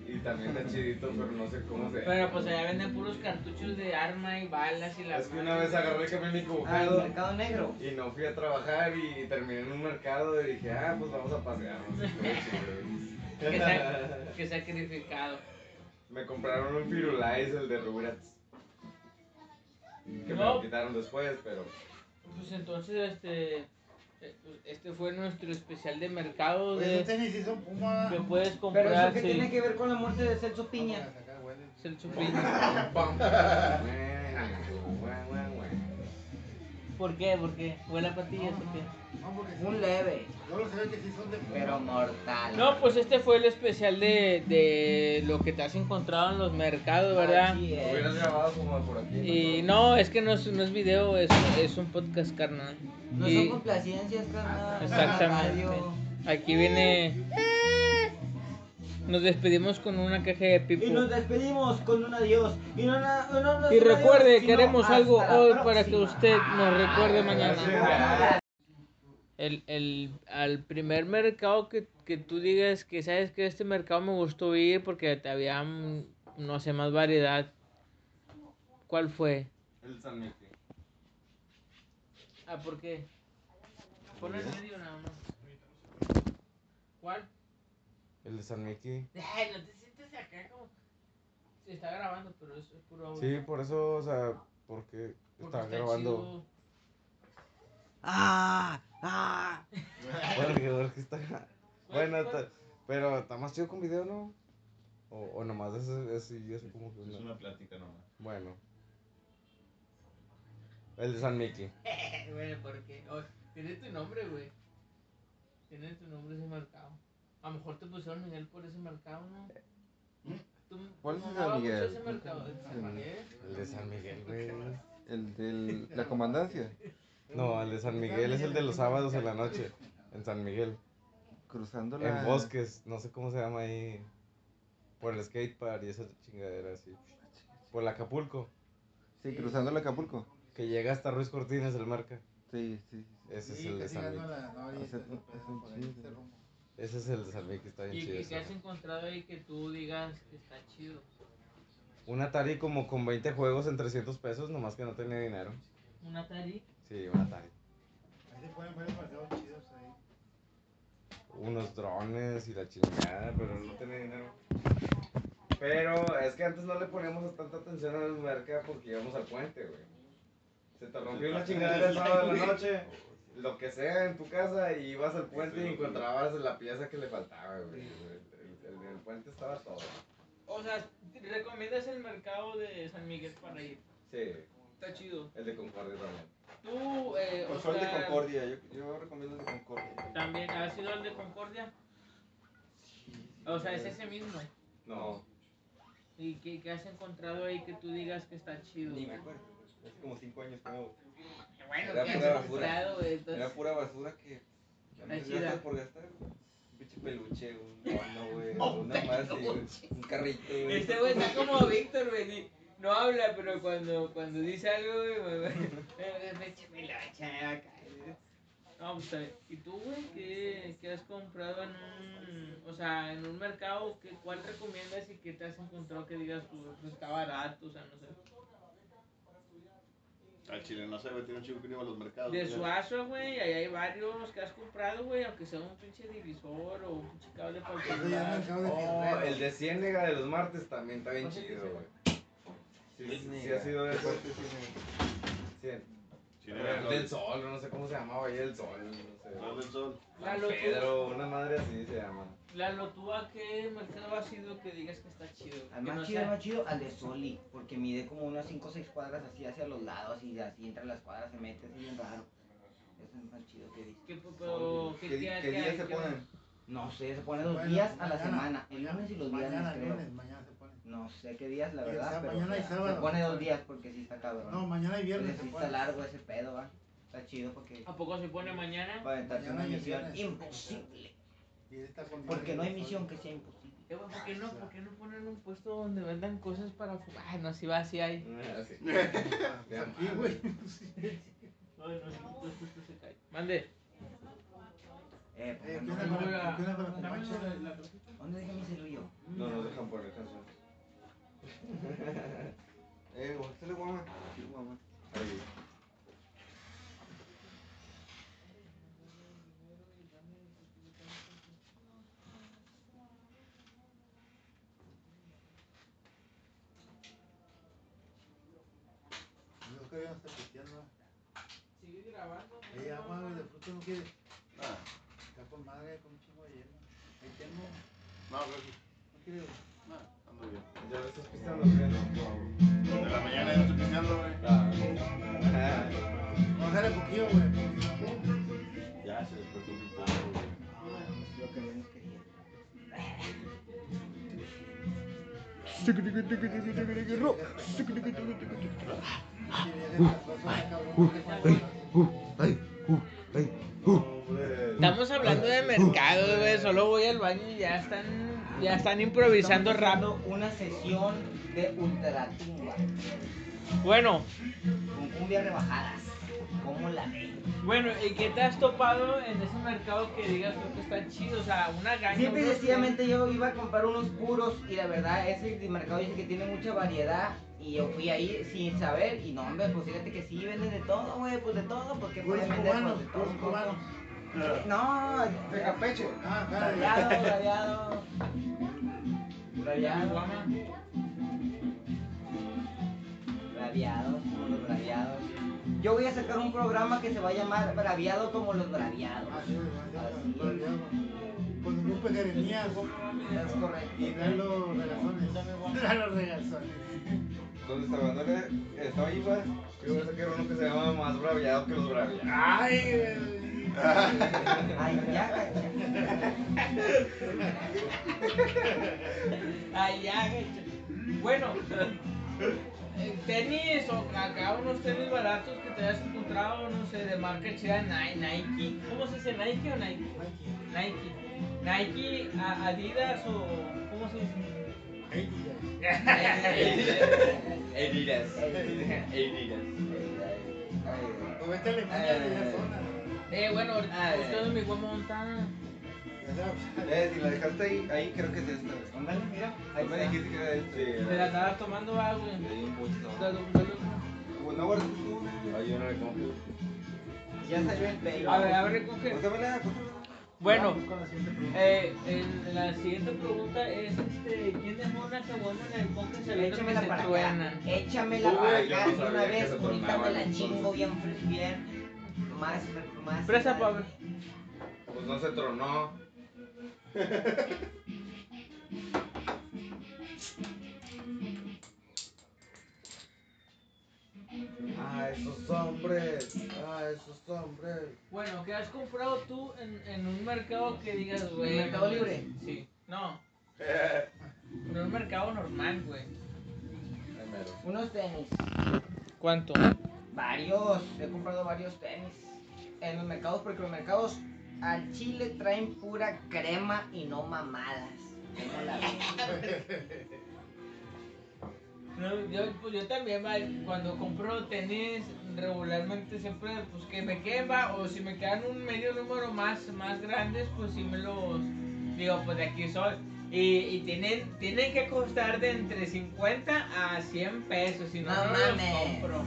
S2: Y también está chidito, pero no sé cómo se.
S1: Pero pues allá venden puros cartuchos de arma y balas y la
S2: Es que una vez agarré el camión
S7: Ah, el
S2: equivocado
S7: mercado negro.
S2: y no fui a trabajar y terminé en un mercado y dije, ah, pues vamos a pasearnos. Estuvo
S1: que,
S2: chido.
S1: sa- que sacrificado.
S2: Me compraron un Firulais, el de Rugrats. Que me
S1: No.
S2: lo quitaron después, pero.
S1: Pues entonces, este, eh, pues, este fue nuestro especial de mercado
S6: Oye, esos
S1: de
S6: tenis sí son Puma.
S1: que puedes
S7: Pero eso
S1: comprar.
S7: que
S1: sí.
S7: tiene que ver con la muerte de Celso Piña.
S6: Vamos a sacar, güey.
S1: Es el chupín. ¿Por qué? ¿Por qué? ¿Huele a patillas o qué?
S6: No, porque sí.
S7: Un leve,
S6: Yo lo sé que sí son de Puma.
S7: pero mortal.
S1: No, pues este fue el especial de, de lo que te has encontrado en los mercados, ¿verdad?
S7: Así es.
S2: Hubieras grabado como por aquí.
S1: Y
S2: ¿no?
S1: no, es que no es, no es video, es, es un podcast, carnal.
S7: No
S1: Y
S7: son complacencias, carnal.
S1: Exactamente.
S7: Radio.
S1: aquí viene... Eh. Nos despedimos con una caja de
S7: Y nos
S1: pipo.
S7: despedimos con un adiós. Y, no, na- no, no, no
S1: Y
S7: es un
S1: recuerde
S7: adiós,
S1: que
S7: sino
S1: haremos
S7: hasta
S1: algo
S7: la
S1: hoy para que
S7: próxima.
S1: usted nos recuerde mañana.
S2: Gracias.
S1: El, el, al primer mercado que, que tú digas que sabes que este mercado me gustó ir porque había, mm, no sé, más variedad. ¿Cuál fue?
S2: El San Miguel.
S1: Ah, ¿por qué? Pon el medio nada más. ¿Cuál?
S2: El de San Miki.
S1: Ay, no te sientes acá como. Se está grabando, pero es, es puro audio.
S2: Sí, por eso, o sea, porque
S1: Porque
S2: estaba grabando.
S1: chido.
S7: Ah, ah.
S2: Porque, porque está.
S1: ¿Cuál-
S2: Bueno,
S1: cuál?
S2: está- pero está más chido con video, ¿no? O, o nomás es, es, es como que.
S4: Es
S2: una-
S4: una plática nomás.
S2: Bueno. El de San Miki.
S1: Bueno, porque. oh, tiene tu nombre, güey. Tiene tu nombre ese mercado. A lo mejor te pusieron Miguel por ese mercado, ¿no? ¿Tú,
S5: ¿Cuál
S1: tú
S5: es el
S1: mamabas mucho
S5: Miguel?
S1: ese mercado? ¿El San Miguel?
S2: El de San Miguel, güey.
S5: El de la comandancia.
S2: No, el de San Miguel es el de los sábados en la noche. En San Miguel.
S5: cruzando la...
S2: En bosques, no sé cómo se llama ahí. Por el skatepark y esa chingadera así. Por el Acapulco,
S5: Sí, cruzando el Acapulco.
S2: que llega hasta Ruiz Cortines el marca.
S5: Sí, sí. sí.
S2: Ese es
S6: Sí,
S2: el de
S6: casi
S2: San
S6: llegando
S2: Vic.
S6: a la- no, ahí
S5: O
S6: está
S5: sea,
S6: ese
S5: no,
S6: pedo,
S5: es un
S6: por ahí,
S5: chingo.
S6: ese rumbo.
S2: Ese es el de San Vic, que está bien
S1: ¿Y,
S2: chido.
S1: y
S2: ese,
S1: qué has
S2: ¿no?
S1: encontrado ahí que tú digas que está chido?
S2: Un Atari como con 20 juegos en 300 pesos, nomás que no tenía dinero.
S1: ¿Un Atari?
S2: Sí, un Atari.
S6: Ahí se ponen varios mercados chidos ahí.
S2: Unos drones y la chingada, pero no tenía dinero. Pero es que antes no le poníamos tanta atención al mercado porque íbamos al puente, güey. Se te rompió la chingadera el sábado de la noche. Lo que sea en tu casa y ibas al puente y encontrabas la pieza que le faltaba, güey. El, el- el puente estaba todo.
S1: O sea, recomiendas el mercado de San Miguel para ir.
S2: Sí,
S1: Está chido.
S2: el de Concordia también.
S1: Tú, eh,
S5: Pues
S1: o
S5: fue el de
S1: sea,
S5: Concordia, yo, yo recomiendo el de Concordia.
S1: también has ido al de Concordia. O sea, es ese mismo.
S2: No,
S1: ¿Y qué, qué has encontrado ahí que tú digas que está chido?
S5: Ni me acuerdo. Hace como 5 años como...
S1: Bueno,
S5: Era
S1: ¿qué has
S5: pura basura.
S1: encontrado? güey? Entonces,
S5: Era pura basura que...
S1: Está
S5: me
S1: chida.
S5: gasta por gastar. güey. Un pinche peluche, un mono, güey, una más, y un, un carrito, güey.
S1: Este güey está como Víctor, güey. ni- No habla, pero cuando, cuando dice algo, güey, me- me- me- me- échame la chava acá. No, pues está bien. ¿Y tú, güey, qué, qué has comprado en un, o sea, en un mercado? ¿Qué, ¿Cuál recomiendas y qué te has encontrado que digas, tú, esto está barato, o sea, no sé.
S4: Al chile no sé, güey, tiene un chico que no iba a los mercados.
S1: De
S4: güey.
S1: Suazo, güey, ahí hay varios que has comprado, güey, aunque sea un pinche divisor o un pinche cable para
S6: Eso Ah, ya es mercado de
S2: Oh,
S6: fierreros.
S2: el de Ciénega de los martes también está bien
S1: No sé qué
S2: chido,
S1: sea.
S2: güey. Sí, sí, sí ha sido eso. Sí,
S4: Sí, era
S2: el del sol, no sé cómo se llamaba ahí el sol.
S4: Sol
S2: No
S4: del
S2: sé.
S4: sol.
S1: La
S2: San Pedro, una madre así se llama.
S1: Lalo, ¿tú a qué mercado has ido que digas que está chido?
S7: Al
S1: Que
S7: más
S1: no
S7: chido, al
S1: sea-
S7: más chido, al de Soli, porque mide como unas 5 o 6 cuadras así hacia los lados y así entre las cuadras se mete así bien raro. Eso es lo más chido que he visto.
S1: ¿Qué, pero,
S5: ¿Qué,
S1: qué,
S5: di-
S1: día- qué
S5: qué día
S1: hay?
S5: se
S1: ¿Qué-
S5: ponen?
S7: No sé, se pone dos
S6: Bueno,
S7: días a la
S6: mañana,
S7: semana, el lunes y los
S6: Mañana,
S7: viernes creo.
S6: lunes, mañana se ponen.
S7: No sé qué días, la
S6: Y el
S7: verdad,
S6: sábado,
S7: pero
S6: mañana y
S7: o sea, se
S6: sábado.
S7: pone dos días porque sí está cabrón.
S6: No, mañana y viernes
S7: Entonces,
S6: se
S7: sí está
S6: ponen.
S7: largo ese pedo, va. Está chido porque
S1: ¿A poco se pone mañana?
S7: para aventarse una
S6: Mañana y el
S7: misión
S6: viernes.
S7: imposible.
S6: Y esta con-
S7: Porque no hay misión que sea imposible.
S1: Eh, güey, ¿por, qué no, ¿Por qué no ponen un puesto donde vendan cosas para fumar? Ah, no, si va, si hay.
S2: Ah, sí.
S6: Pues Aquí, güey.
S1: No, no, si todo esto se cae. Mande.
S7: Eh, pues,
S6: Eh, ¿qué
S7: no,
S6: onda
S7: no,
S6: con
S7: no.
S6: la- qué onda con la
S1: Dame
S6: comanche?
S1: la- la- la-
S7: ¿Dónde dejé mi celular?
S2: No nos dejan poner canciones.
S5: Eh, güey, sale guama. Sí, guama.
S2: Ahí.
S6: Los que habían estado pisteando.
S1: Sigue grabando.
S6: Ey, agua, güey, de fruta no quiere.
S4: Ah,
S6: Está con madre, con un chingo de hielo. Ahí tengo.
S4: No, gracias.
S6: No quiere.
S4: No, ando bien.
S2: Ya lo estás pisando, ¿qué?
S4: De la mañana ya estoy pisteando, güey.
S2: Ah.
S6: No, sale poquillo, güey.
S4: Ya se despertó mi perro, güey.
S7: Lo que menos quería.
S1: Estamos hablando de mercado, güey. Solo voy al baño y ya están, ya están improvisando
S7: Estamos
S1: rap.
S7: haciendo Una sesión de ultratumba.
S1: Bueno,
S7: Con cumbia rebajadas. ¿Cómo la ven?
S1: bueno, ¿y qué te has topado en ese mercado que digas tú que está chido? O sea, una gaña.
S7: Siempre
S1: unos-
S7: sencillamente yo iba a comprar unos puros y la verdad ese mercado dice que tiene mucha variedad y yo fui ahí sin saber y no hombre, pues fíjate que sí venden de todo, güey, pues de todo, porque
S6: Puros
S7: pueden vender
S6: cubanos,
S7: pues, de
S6: puros
S7: todo.
S6: cubanos.
S7: No,
S6: De Campeche. Ah, claro.
S7: rayado, rayado. Rayado.
S1: Guama.
S7: Braviados, como los braviados. Yo voy a sacar un programa que se va a llamar Braviado como los braviados.
S6: Ah, sí, güey,
S7: Así.
S6: ya, ya, ya. Con el grupo de Jeremías
S7: Es correcto.
S6: y Lalo Regazones. Lalo Regazones.
S2: Entonces, abandoné, estaba ahí, güey. Yo voy a sacar uno que se llama más braviado que los braviados.
S6: Ay, güey.
S7: Ay, ya, cacha.
S1: Ay, ya, gacho. Bueno, eh, tenis o acá unos tenis baratos que te hayas encontrado, no sé, de marca chida Ni- Nike. ¿Cómo se dice Nike o Nike? Nike. Nike, a- Adidas o. ¿Cómo se dice?
S6: Ey,
S5: Adidas.
S6: o vete a Alemania de esa zona.
S1: Eh, bueno, ahorita
S5: Ay.
S1: buscando mi Juan Montana.
S2: Eh, si la dejaste ahí, ahí creo que es esta. güey.
S5: Ándale, mira.
S2: Ahí me dijiste que era este.
S1: Me la andaba tomando algo.
S5: Le di un gusto.
S2: Pues no guardaste tú una. Ay, yo no le compro.
S7: Ya salió el pelo.
S1: A ver, a ver, recoge.
S2: Pásamela,
S1: Bueno, eh, el- la siguiente pregunta es: este, ¿Quién dejó una caguama en el coche sabiendo que
S7: Échamela
S1: se
S7: para acá.
S1: truenan?
S7: Échamela
S2: Uy,
S7: para
S2: yo
S7: acá
S2: no
S7: de una
S2: sabía que
S7: vez.
S2: se
S7: Ahorita me
S2: tornaba
S7: la
S2: entonces.
S7: chingo bien, fre- bien. Más, fre- más.
S1: Presa, Pablo.
S2: Pues no se tronó. Ah, esos hombres. Ah, esos hombres.
S1: Bueno, ¿qué has comprado tú en, en un mercado que digas, güey?
S7: ¿En Mercado
S1: no,
S7: Libre?
S1: Sí. No, pero un mercado normal, güey.
S2: Primero.
S7: Unos tenis.
S1: ¿Cuánto?
S7: Varios. He comprado varios tenis. En los mercados, porque los mercados al chile traen pura crema y no mamadas. ¿Cómo la ves?
S1: No, yo, pues yo también, va, cuando compro tenis, regularmente siempre, pues que me quema, o si me quedan un medio número más, más grandes, pues sí me los digo, pues de aquí soy. Y, y tienen, tienen que costar de entre 50 a 100 pesos, si no,
S7: No
S1: no, los
S7: mames.
S1: compro.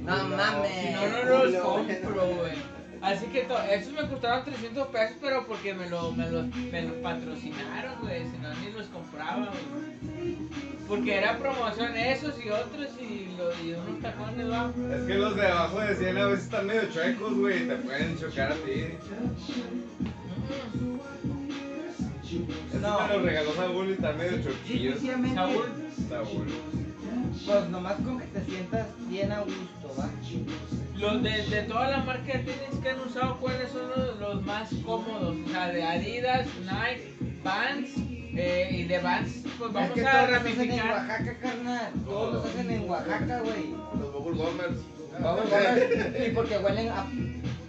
S7: No mames.
S1: Si no, no los compro, güey. Así que to- esos me costaron 300 pesos, pero porque me lo, me los, me los patrocinaron, güey. Si no, ni los compraba, güey. Porque era promoción esos y otros y, lo, y unos tacones, va.
S2: Es que los de abajo de 100 a veces están medio chuecos, güey. Te pueden chocar a ti. Ese
S7: No.
S2: me lo regaló Saúl y están medio
S7: Sí,
S2: choquillos.
S7: sinceramente,
S1: Mm. Saúl,
S2: Saúl.
S7: pues nomás con que te sientas bien a gusto, ¿va?
S1: los de, de toda la marca de tenis que han usado, ¿cuáles son los, los más cómodos? O sea, de Adidas, Nike, Vans, eh, y de Vans, pues
S7: es
S1: vamos
S7: que
S1: a
S7: todos los hacen en
S1: ramificar.
S7: Oaxaca, carnal. Todos los hacen en Oaxaca, güey.
S2: Los Bubble Gummers.
S7: Vamos, vamos. Y porque huelen a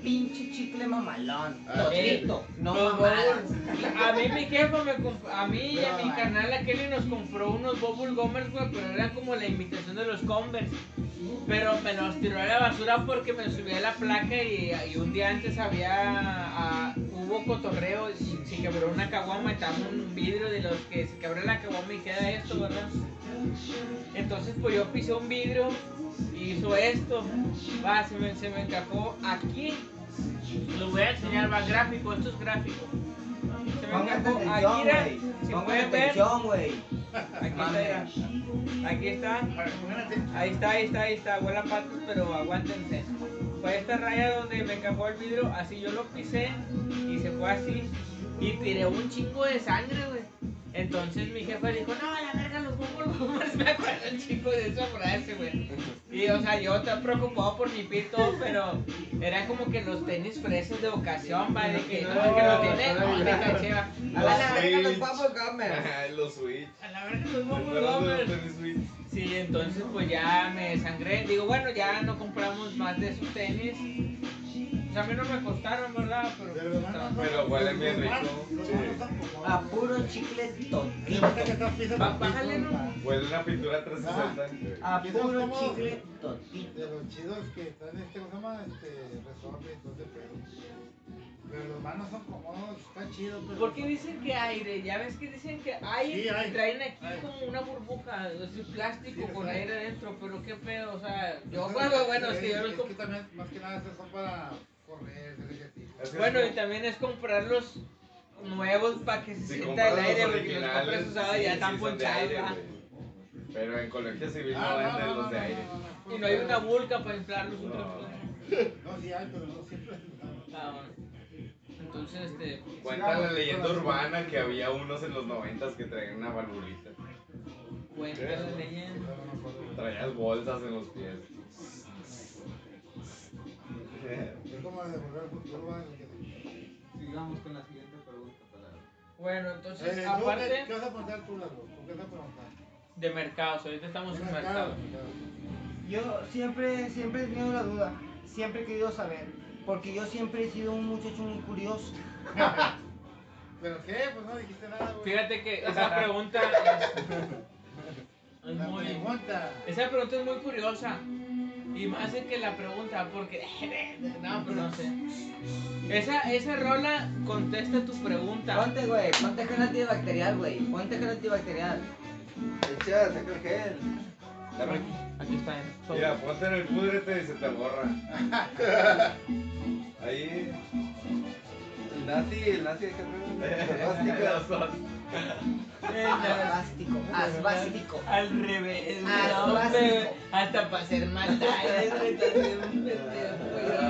S7: pinche chicle mamalón.
S2: Ah,
S7: Totito, no
S1: Los
S7: mamadas.
S1: bubble- A mí mi jefa me comp- a mí y a
S7: No,
S1: mi
S7: eh.
S1: canal a Kelly nos compró unos Bubble Gomers, güey, pero eran como la imitación de los Converse. Pero me los tiró a la basura porque me subí a la placa y, y un día antes había ah, hubo cotorreo y se quebró una caguama, estaba un vidrio de los que se quebró la caguama y queda esto, ¿verdad? Entonces pues yo pisé un vidrio y hizo esto. Va, se me, se me encajó aquí. Lo voy a enseñar, va gráfico, esto es gráfico. Se me
S7: Pongan
S1: encajó
S7: atención,
S1: aquí, mira,
S7: güey.
S1: si
S7: Pongan
S1: pueden ver,
S7: atención, güey.
S1: aquí está, mira. aquí está, ahí está, ahí está, ahí está, huele a patos, pero aguántense. Fue esta raya donde me encajó el vidrio, así yo lo pisé y se fue así y tiré un chingo de sangre, güey. Entonces mi jefa dijo, no, a la verga, los Google Boomers, me acuerdo un chingo de esa frase, güey. Y, o sea, yo estaba preocupado por mi pito, pero era como que los tenis fresas de ocasión, va, de que, no, que lo tiene, no, de cacheva.
S7: A la
S2: Los
S7: verga los
S2: Switch.
S7: papos gamers.
S2: Ajá, Los Switch.
S1: A la verga, los
S2: ¿Te
S1: Google
S2: acuerdas de los
S1: Boomers.
S2: tenis Switch?
S1: Sí, entonces pues ya me desangré. Digo, bueno, ya no compramos más de esos tenis. O sea, a mí no me costaron, ¿verdad? Pero, pues, estaban-
S2: Pero huelen bien rico.
S7: A puro chicle totito.
S1: bájale, ¿no?
S2: Huelen a pintura 360.
S1: Ah.
S7: A
S6: ¿Y esos
S7: puro
S6: cómo?
S7: chicle totito.
S6: De los chidos que están este, ¿cómo se llama? Este, resorte, entonces, pero. Pero los manos son cómodos, está chido, pero. pues,
S1: ¿Por qué dicen que aire? Ya ves que dicen que aire
S6: Sí, hay.
S1: y traen aquí
S6: Hay.
S1: como una burbuja, o sea, plástico
S6: Sí,
S1: con
S6: hay.
S1: aire adentro, pero qué pedo, o sea, yo
S6: Entonces,
S1: bueno, bueno,
S6: es-
S1: sí, yo los
S6: es que
S1: comp-
S6: también, más que nada, estos son para correr, hacer ejercicio.
S2: Es que
S1: Bueno,
S2: es
S1: y también es comprarlos nuevos para que se
S2: Si
S1: sienta
S2: compras
S1: el
S2: los
S1: aire, porque los
S2: originales,
S1: compras usados
S2: sí,
S1: ya
S2: sí
S1: están
S2: son de
S1: ponchados.
S2: aire,
S1: ¿verdad?
S2: güey. Pero en colegio civil
S6: Ah,
S2: no venden los de aire.
S6: no, no,
S1: Y no hay una vulca para inflarlos
S2: No.
S1: otra vez.
S6: No, sí hay, pero no siempre.
S1: Ah, bueno. Entonces, este.
S2: Cuenta la leyenda urbana que había unos en los 90 que traían una valvulita.
S1: Cuenta la leyenda.
S2: Traías bolsas en los pies.
S6: Es como de volver al fútbol, va, lo que-
S5: Sigamos con la siguiente pregunta para.
S1: Bueno, entonces,
S6: Eh, ¿tú qué- ¿Qué
S1: aparte
S6: vas a preguntar tú, Lalo? ¿Por qué vas a preguntar?
S1: de mercados, ahorita estamos en
S6: Mercado,
S1: mercados.
S6: mercado.
S7: Yo siempre, siempre he tenido la duda, siempre he querido saber, porque yo siempre he sido un muchacho muy curioso.
S6: ¿Pero qué? Pues no dijiste nada, güey.
S1: Fíjate que esa pregunta es, es
S6: La
S1: muy.
S6: pregunta.
S1: Esa pregunta es muy curiosa. Y más es que la pregunta, porque. No, pero no sé. Esa, esa rola contesta tu pregunta.
S7: Ponte, güey, ponte gel antibacterial, güey. Ponte gel antibacterial.
S5: Echa, saca el gel. Dame.
S1: Aquí está. en-
S2: Mira, ponte en el pudrete y se te borra. Ahí.
S5: El nazi, el nazi de
S2: Los
S5: carrera.
S2: dos.
S7: Asbástico. Asbástico.
S1: Eh, Al revés.
S7: Ah,
S1: no,
S7: básico.
S1: hombre, Hasta para ser más tarde, güey, también,
S2: Ah,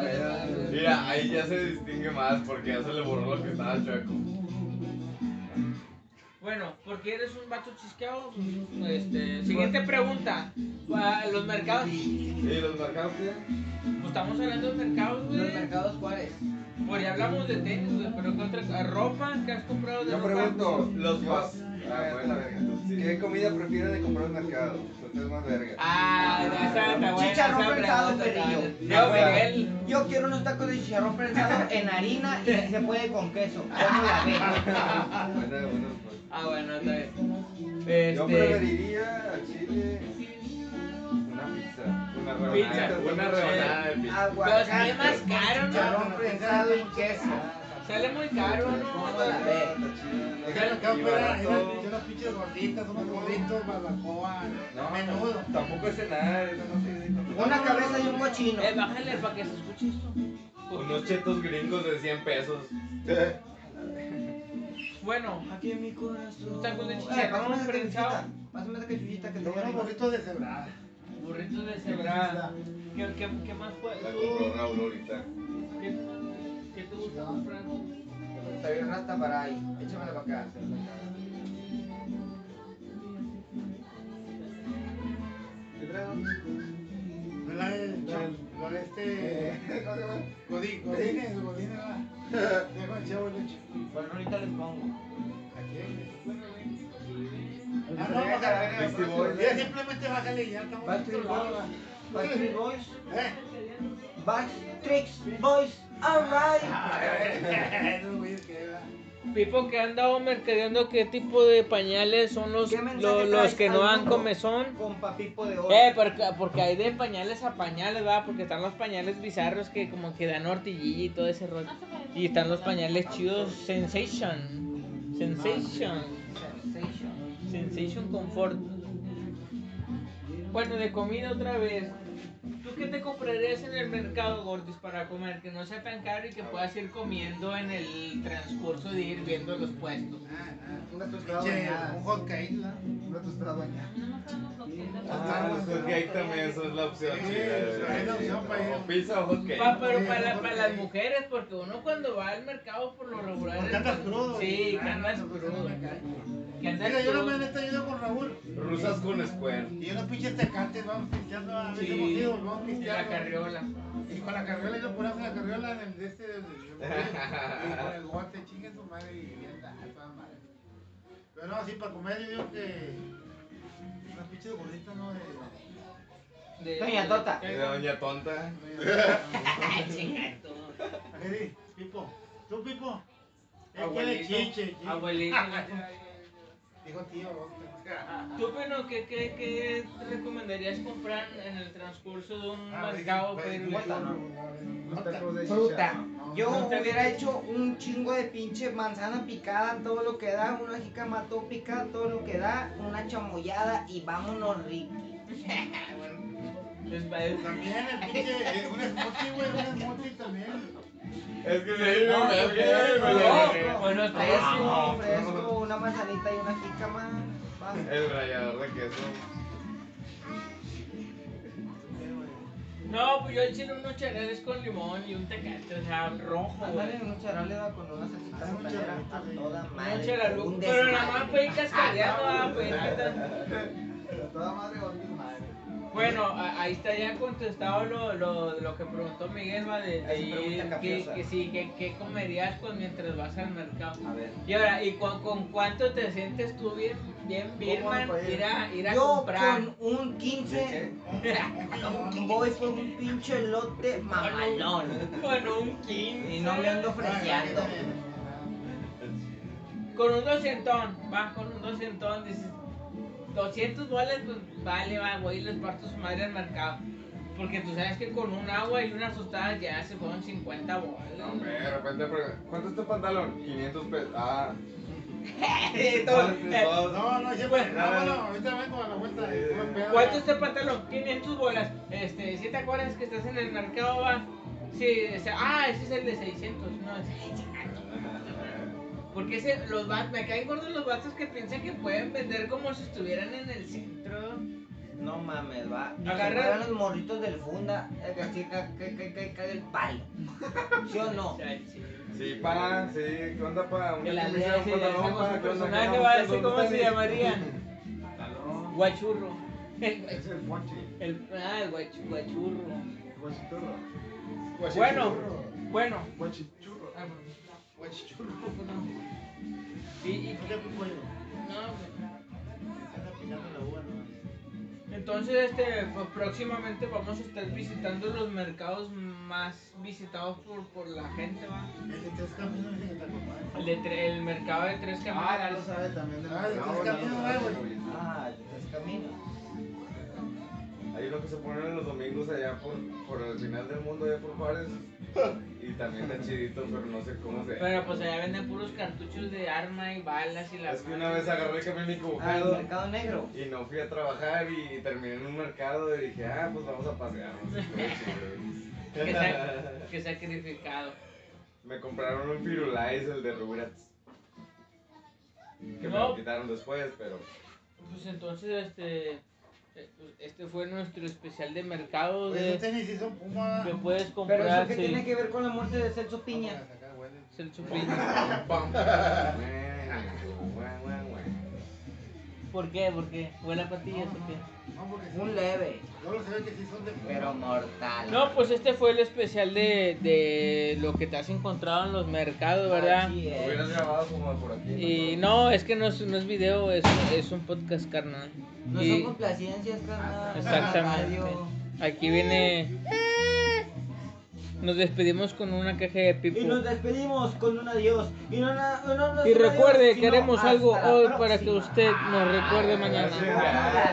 S1: pendejo, güey.
S2: Mira, ahí ya se distingue más porque ya se le borró lo que estaba chueco.
S1: Bueno, porque eres un vato chisqueado. Este, siguiente pregunta. Pa- Los mercados.
S2: ¿Y los marcados qué?
S1: Pues estamos hablando de mercados, güey.
S7: Los mercados Juárez.
S1: Pues ya hablamos de tenis, güey, pero ¿qué otra ropa que has comprado de
S5: Yo
S1: ropa?
S5: pregunto,
S2: Los
S5: yo-
S2: más.
S5: Ah, vete a la verga. ¿Qué comida prefieren de comprar en el mercado? Ustedes más verga.
S1: Ah, esa está buena.
S7: Chicharrón
S1: esa
S7: prensado,
S1: pregunta,
S7: perrillo.
S1: tal.
S7: Ah,
S1: Yo,
S7: bueno.
S1: Miguel.
S7: Yo quiero unos tacos de chicharrón prensado en harina y si se puede con queso. ¿Cómo la ves?
S2: Ah.
S5: Buena, buena respuesta.
S1: Ah, bueno, está bien. Este,
S5: Yo preferiría a Chile una pizza.
S2: Una
S1: Pizza.
S2: rebanada. Una rebanada de pizza.
S1: Pero
S7: Aguacate.
S1: sale más caro, ¿no?
S7: Chicharrón prensado y queso.
S1: Sale muy caro,
S7: ¿Cómo la
S1: ¿no?
S7: ves?
S6: Acá acá
S5: Y
S6: afuera
S5: barato.
S6: eran unas pinches gorditas, unos gorditos, barbacoa,
S5: No,
S6: menudo.
S5: Tampoco es cenar, eso no se dice.
S7: Una cabeza y un cochino.
S1: Eh, bájale para que se escuche esto.
S2: Unos chetos gringos de 100 pesos.
S1: Bueno,
S7: Aquí en mi corazón.
S1: Un taco de chicharrón
S7: Eh, pásame esa
S1: prensado.
S7: cachuchita, Pásame esa cachuchita que te
S6: Unos burritos de cebrada.
S1: burritos de cebrada. ¿Qué, qué, qué más puedes?
S2: La compró Raúl ahorita.
S1: ¿Qué, qué te gusta comprar?
S7: Está bien rasta para ahí. Échamela para acá.
S6: No la no la este. Godín, Godines, Godines, va. Ya con el chavo leche.
S7: Bueno, ahorita les pongo.
S6: Ah, no, bájale,
S2: Beastie
S6: bájale,
S2: Boys.
S6: Ya simplemente bájale y ya estamos.
S7: Backstreet
S6: en otro lado,
S7: Boys.
S6: va.
S7: Backstreet Boys.
S6: Eh.
S7: Backstreet Boys. Alright.
S6: Esos güeyes que era.
S1: Pipo que ha andado mercadeando qué tipo de pañales son los,
S7: ¿Qué mensaje
S1: lo- los
S7: traes
S1: que no
S7: al
S1: dan
S7: mundo?
S1: comezón.
S7: Con papipo de oro.
S1: Eh, porque, porque hay de pañales a pañales, va, porque están los pañales bizarros que como que dan hortillilla y todo ese rollo. Y están los pañales chidos Sensation. Sensation.
S7: Sensation.
S1: Sensation Comfort. Bueno, de comida otra vez. ¿Tú qué te comprarías en el mercado, Gordis, para comer? Que no sea tan caro y que puedas ir comiendo en el transcurso de ir viendo los puestos.
S7: Una tostada
S6: Ah, Pinche,
S7: bañada.
S6: un hot cake, ¿no?
S7: Una tostada bañada.
S2: Ah, los hotcakes también, eso es la opción.
S6: Sí,
S2: chida, güey.
S6: es la opción para ir.
S2: O pizza o hotcake.
S1: Pa-
S6: Sí,
S1: pero para, la-
S6: porque-
S1: para las mujeres, porque uno cuando va al mercado por lo regular.
S6: Porque andas crudo.
S1: Sí, que
S6: Ah,
S1: andas
S6: no, no,
S1: crudo.
S6: no, no,
S1: Que andas
S6: Mira, yo la
S1: crudo.
S6: verdad estoy yendo con Raúl.
S2: Rusas con square.
S6: Y unos pinches tecantes vamos pisteando. A veces hemos
S1: Sí,
S6: ido, vamos
S1: en la
S6: pisteando.
S1: carriola.
S6: Y con la carriola, yo por eso la carriola en el de este. del- del- del- y con el guante, chingue su madre. Y ya está, a toda madre. Pero no, así para comer, yo digo que. Unas pinches gorditas, ¿no? De.
S1: De-
S7: Doña Tota.
S2: Y la doña tonta.
S1: Chinga tú.
S6: Ajá, sí, Pipo. ¿Tú, Pipo? Es que le
S1: Abuelito.
S6: chiche. chiche.
S1: Abuelito.
S6: Dijo tío.
S1: Ah, ¿Tú, pero qué, qué, qué te recomendarías comprar en el transcurso de un
S6: Ah,
S1: mercado?
S6: pues,
S1: Pedro?
S6: igual,
S1: Yo-
S7: Fruta. Yo
S1: No te-
S7: hubiera hecho un chingo de pinche manzana picada, todo lo que da, una jicamatón picada, todo lo que da, una chamoyada y vámonos rico.
S1: Pues, va-
S6: También el pinche. eh, Un smoothie, güey. Un smoothie también.
S2: Es que se vive verga,
S7: No, fresco,
S2: güey,
S1: no,
S2: güey.
S1: bueno,
S7: fresco,
S1: no.
S7: fresco, una manzanita y una jicama. vamos.
S2: El rallador de queso.
S1: No, pues yo eché unos charales con limón y un tecate, o sea, rojo, güey.
S7: Ándale, un charal le da con una salsita
S6: Hace un
S7: playera
S6: charalito,
S7: a
S6: sí.
S7: toda madre.
S1: Un charalú,
S7: un
S1: Pero nada más
S7: desmadre.
S1: pedí cascareando, ah, pues, ahí está.
S7: A toda madre, con tu madre.
S1: Bueno, a- ahí está ya contestado lo, lo, lo que preguntó Miguel, va de,
S7: Ahí se
S1: de-
S7: pregunta
S1: que,
S7: capiosa.
S1: que sí, que, que comerías pues mientras vas al mercado.
S7: A ver.
S1: Y ahora, ¿y con, con cuánto te sientes tú bien, bien Birman,
S7: pues?
S1: ir a, ir a
S7: Yo
S1: comprar?
S7: con un 15 voy por un pinche lote mamalón.
S1: Con un 15.
S7: Y no me ando
S6: Ay,
S7: freseando.
S6: ay, ay, ay.
S4: El
S1: con un doscientón, va, con un doscientón, dices, 200 dólares, pues vale, va, voy y les parto su madre al mercado. Porque tú sabes que con un agua y una tostada ya se fueron 50
S2: No,
S1: bolas.
S2: hombre, de repente, pero, ¿cuánto es tu pantalón? 500 pesos. Ah,
S1: Todo- eh,
S2: todo-
S6: No, no, siempre. No, bueno, ahorita vengo a la vuelta. buen pedo.
S1: ¿Cuánto está el pantalón? 500 bolas. Este, si te acuerdas que estás en el mercado, va. Sí, o sea, ah, ese es el de 600. No, es- Porque ese, los va- me caen gordos los vatos que piensan que pueden vender como si estuvieran en el centro.
S7: No mames, va.
S1: Agarra-
S7: Agarran los morritos del funda, eh, que así ca- ca- ca- ca- cae el palo. ¿Sí o no?
S1: O sea, sí.
S2: Sí, pa, sí, ¿qué onda, pa?
S1: Que la
S2: camisa,
S1: lea y le
S2: pantalón,
S1: hacemos
S2: pa,
S1: un
S2: ¿qué onda?
S1: personaje,
S2: ¿Qué
S1: va a
S2: onda?
S1: decir cómo
S2: ¿Dónde
S1: se
S2: está mi-
S1: llamaría.
S4: Talón.
S1: Guachurro. El,
S4: Es
S1: guach-
S4: el ponche.
S1: el- ah, el guach- guachurro.
S4: Guachiturro.
S1: Bueno, bueno.
S4: Guachichurro.
S1: Ah, bueno. Y, y-
S6: ¿Qué cuello?
S1: no, pues,
S6: Estás aplicando la uva, ¿no?
S1: Entonces, este, pues, próximamente vamos a estar visitando los mercados más visitados por, por la gente, ¿va?
S6: El de tres caminos dice que te
S1: El,
S6: acompaña.
S1: de tre- el mercado de tres
S4: Ah, ya
S1: cámaras.
S4: lo sabe también. de-
S6: Ah, el Ah, de
S4: No,
S6: tres
S4: no,
S6: caminos,
S4: no,
S6: eh,
S4: no,
S6: güey.
S4: no, no.
S7: Ah, tres caminos.
S2: Hay uno que se ponen los domingos allá por, por el final del mundo, allá por Juárez. Y también está chidito, pero no sé cómo se.
S1: Pero pues allá venden puros cartuchos de arma y balas y la
S2: Es que
S1: madre.
S2: una vez agarré el camión y como
S7: Ah, el
S2: pedo,
S7: mercado negro.
S2: Y no fui a trabajar y terminé en un mercado y dije, ah, pues vamos a pasearnos. Estuvo chido,
S1: Que,
S2: güey.
S1: sa- que sacrificado.
S2: Me compraron un Firulais, el de Rugrats. Que me
S1: No.
S2: lo quitaron después, pero.
S1: Pues entonces, este, eh, pues, este fue nuestro especial de mercado
S6: Oye,
S1: de
S6: esos tenis sí son puma.
S1: que puedes
S7: Pero
S1: comprar.
S7: eso que
S1: Ah, sí.
S7: tiene que ver con la muerte de Celso Piña.
S6: Vamos a sacar, huele.
S1: Es el chupín. ¿Por qué? ¿Por qué? ¿Huele a patillas o qué?
S6: No, porque sí.
S7: Un leve,
S6: Luego se ve que sí son de puma.
S7: pero mortal.
S1: No, pues este fue el especial de, de lo que te has encontrado en los mercados, ¿verdad?
S7: Así es.
S2: Hubieras grabado como por aquí.
S1: Y
S2: mejor.
S1: no, es que no es, no es video, es, es un podcast, carnal.
S7: No
S1: Y
S7: son complacencias, carnal.
S1: Exactamente.
S7: Radio.
S1: aquí viene... Nos despedimos con una caja de pipo.
S7: Y nos despedimos con un adiós. Y, no na- no- no-
S1: Y
S7: no-
S1: recuerde
S7: sino
S1: que haremos algo
S7: hasta la
S1: hoy para que
S7: próxima.
S1: usted nos recuerde mañana.
S2: Gracias.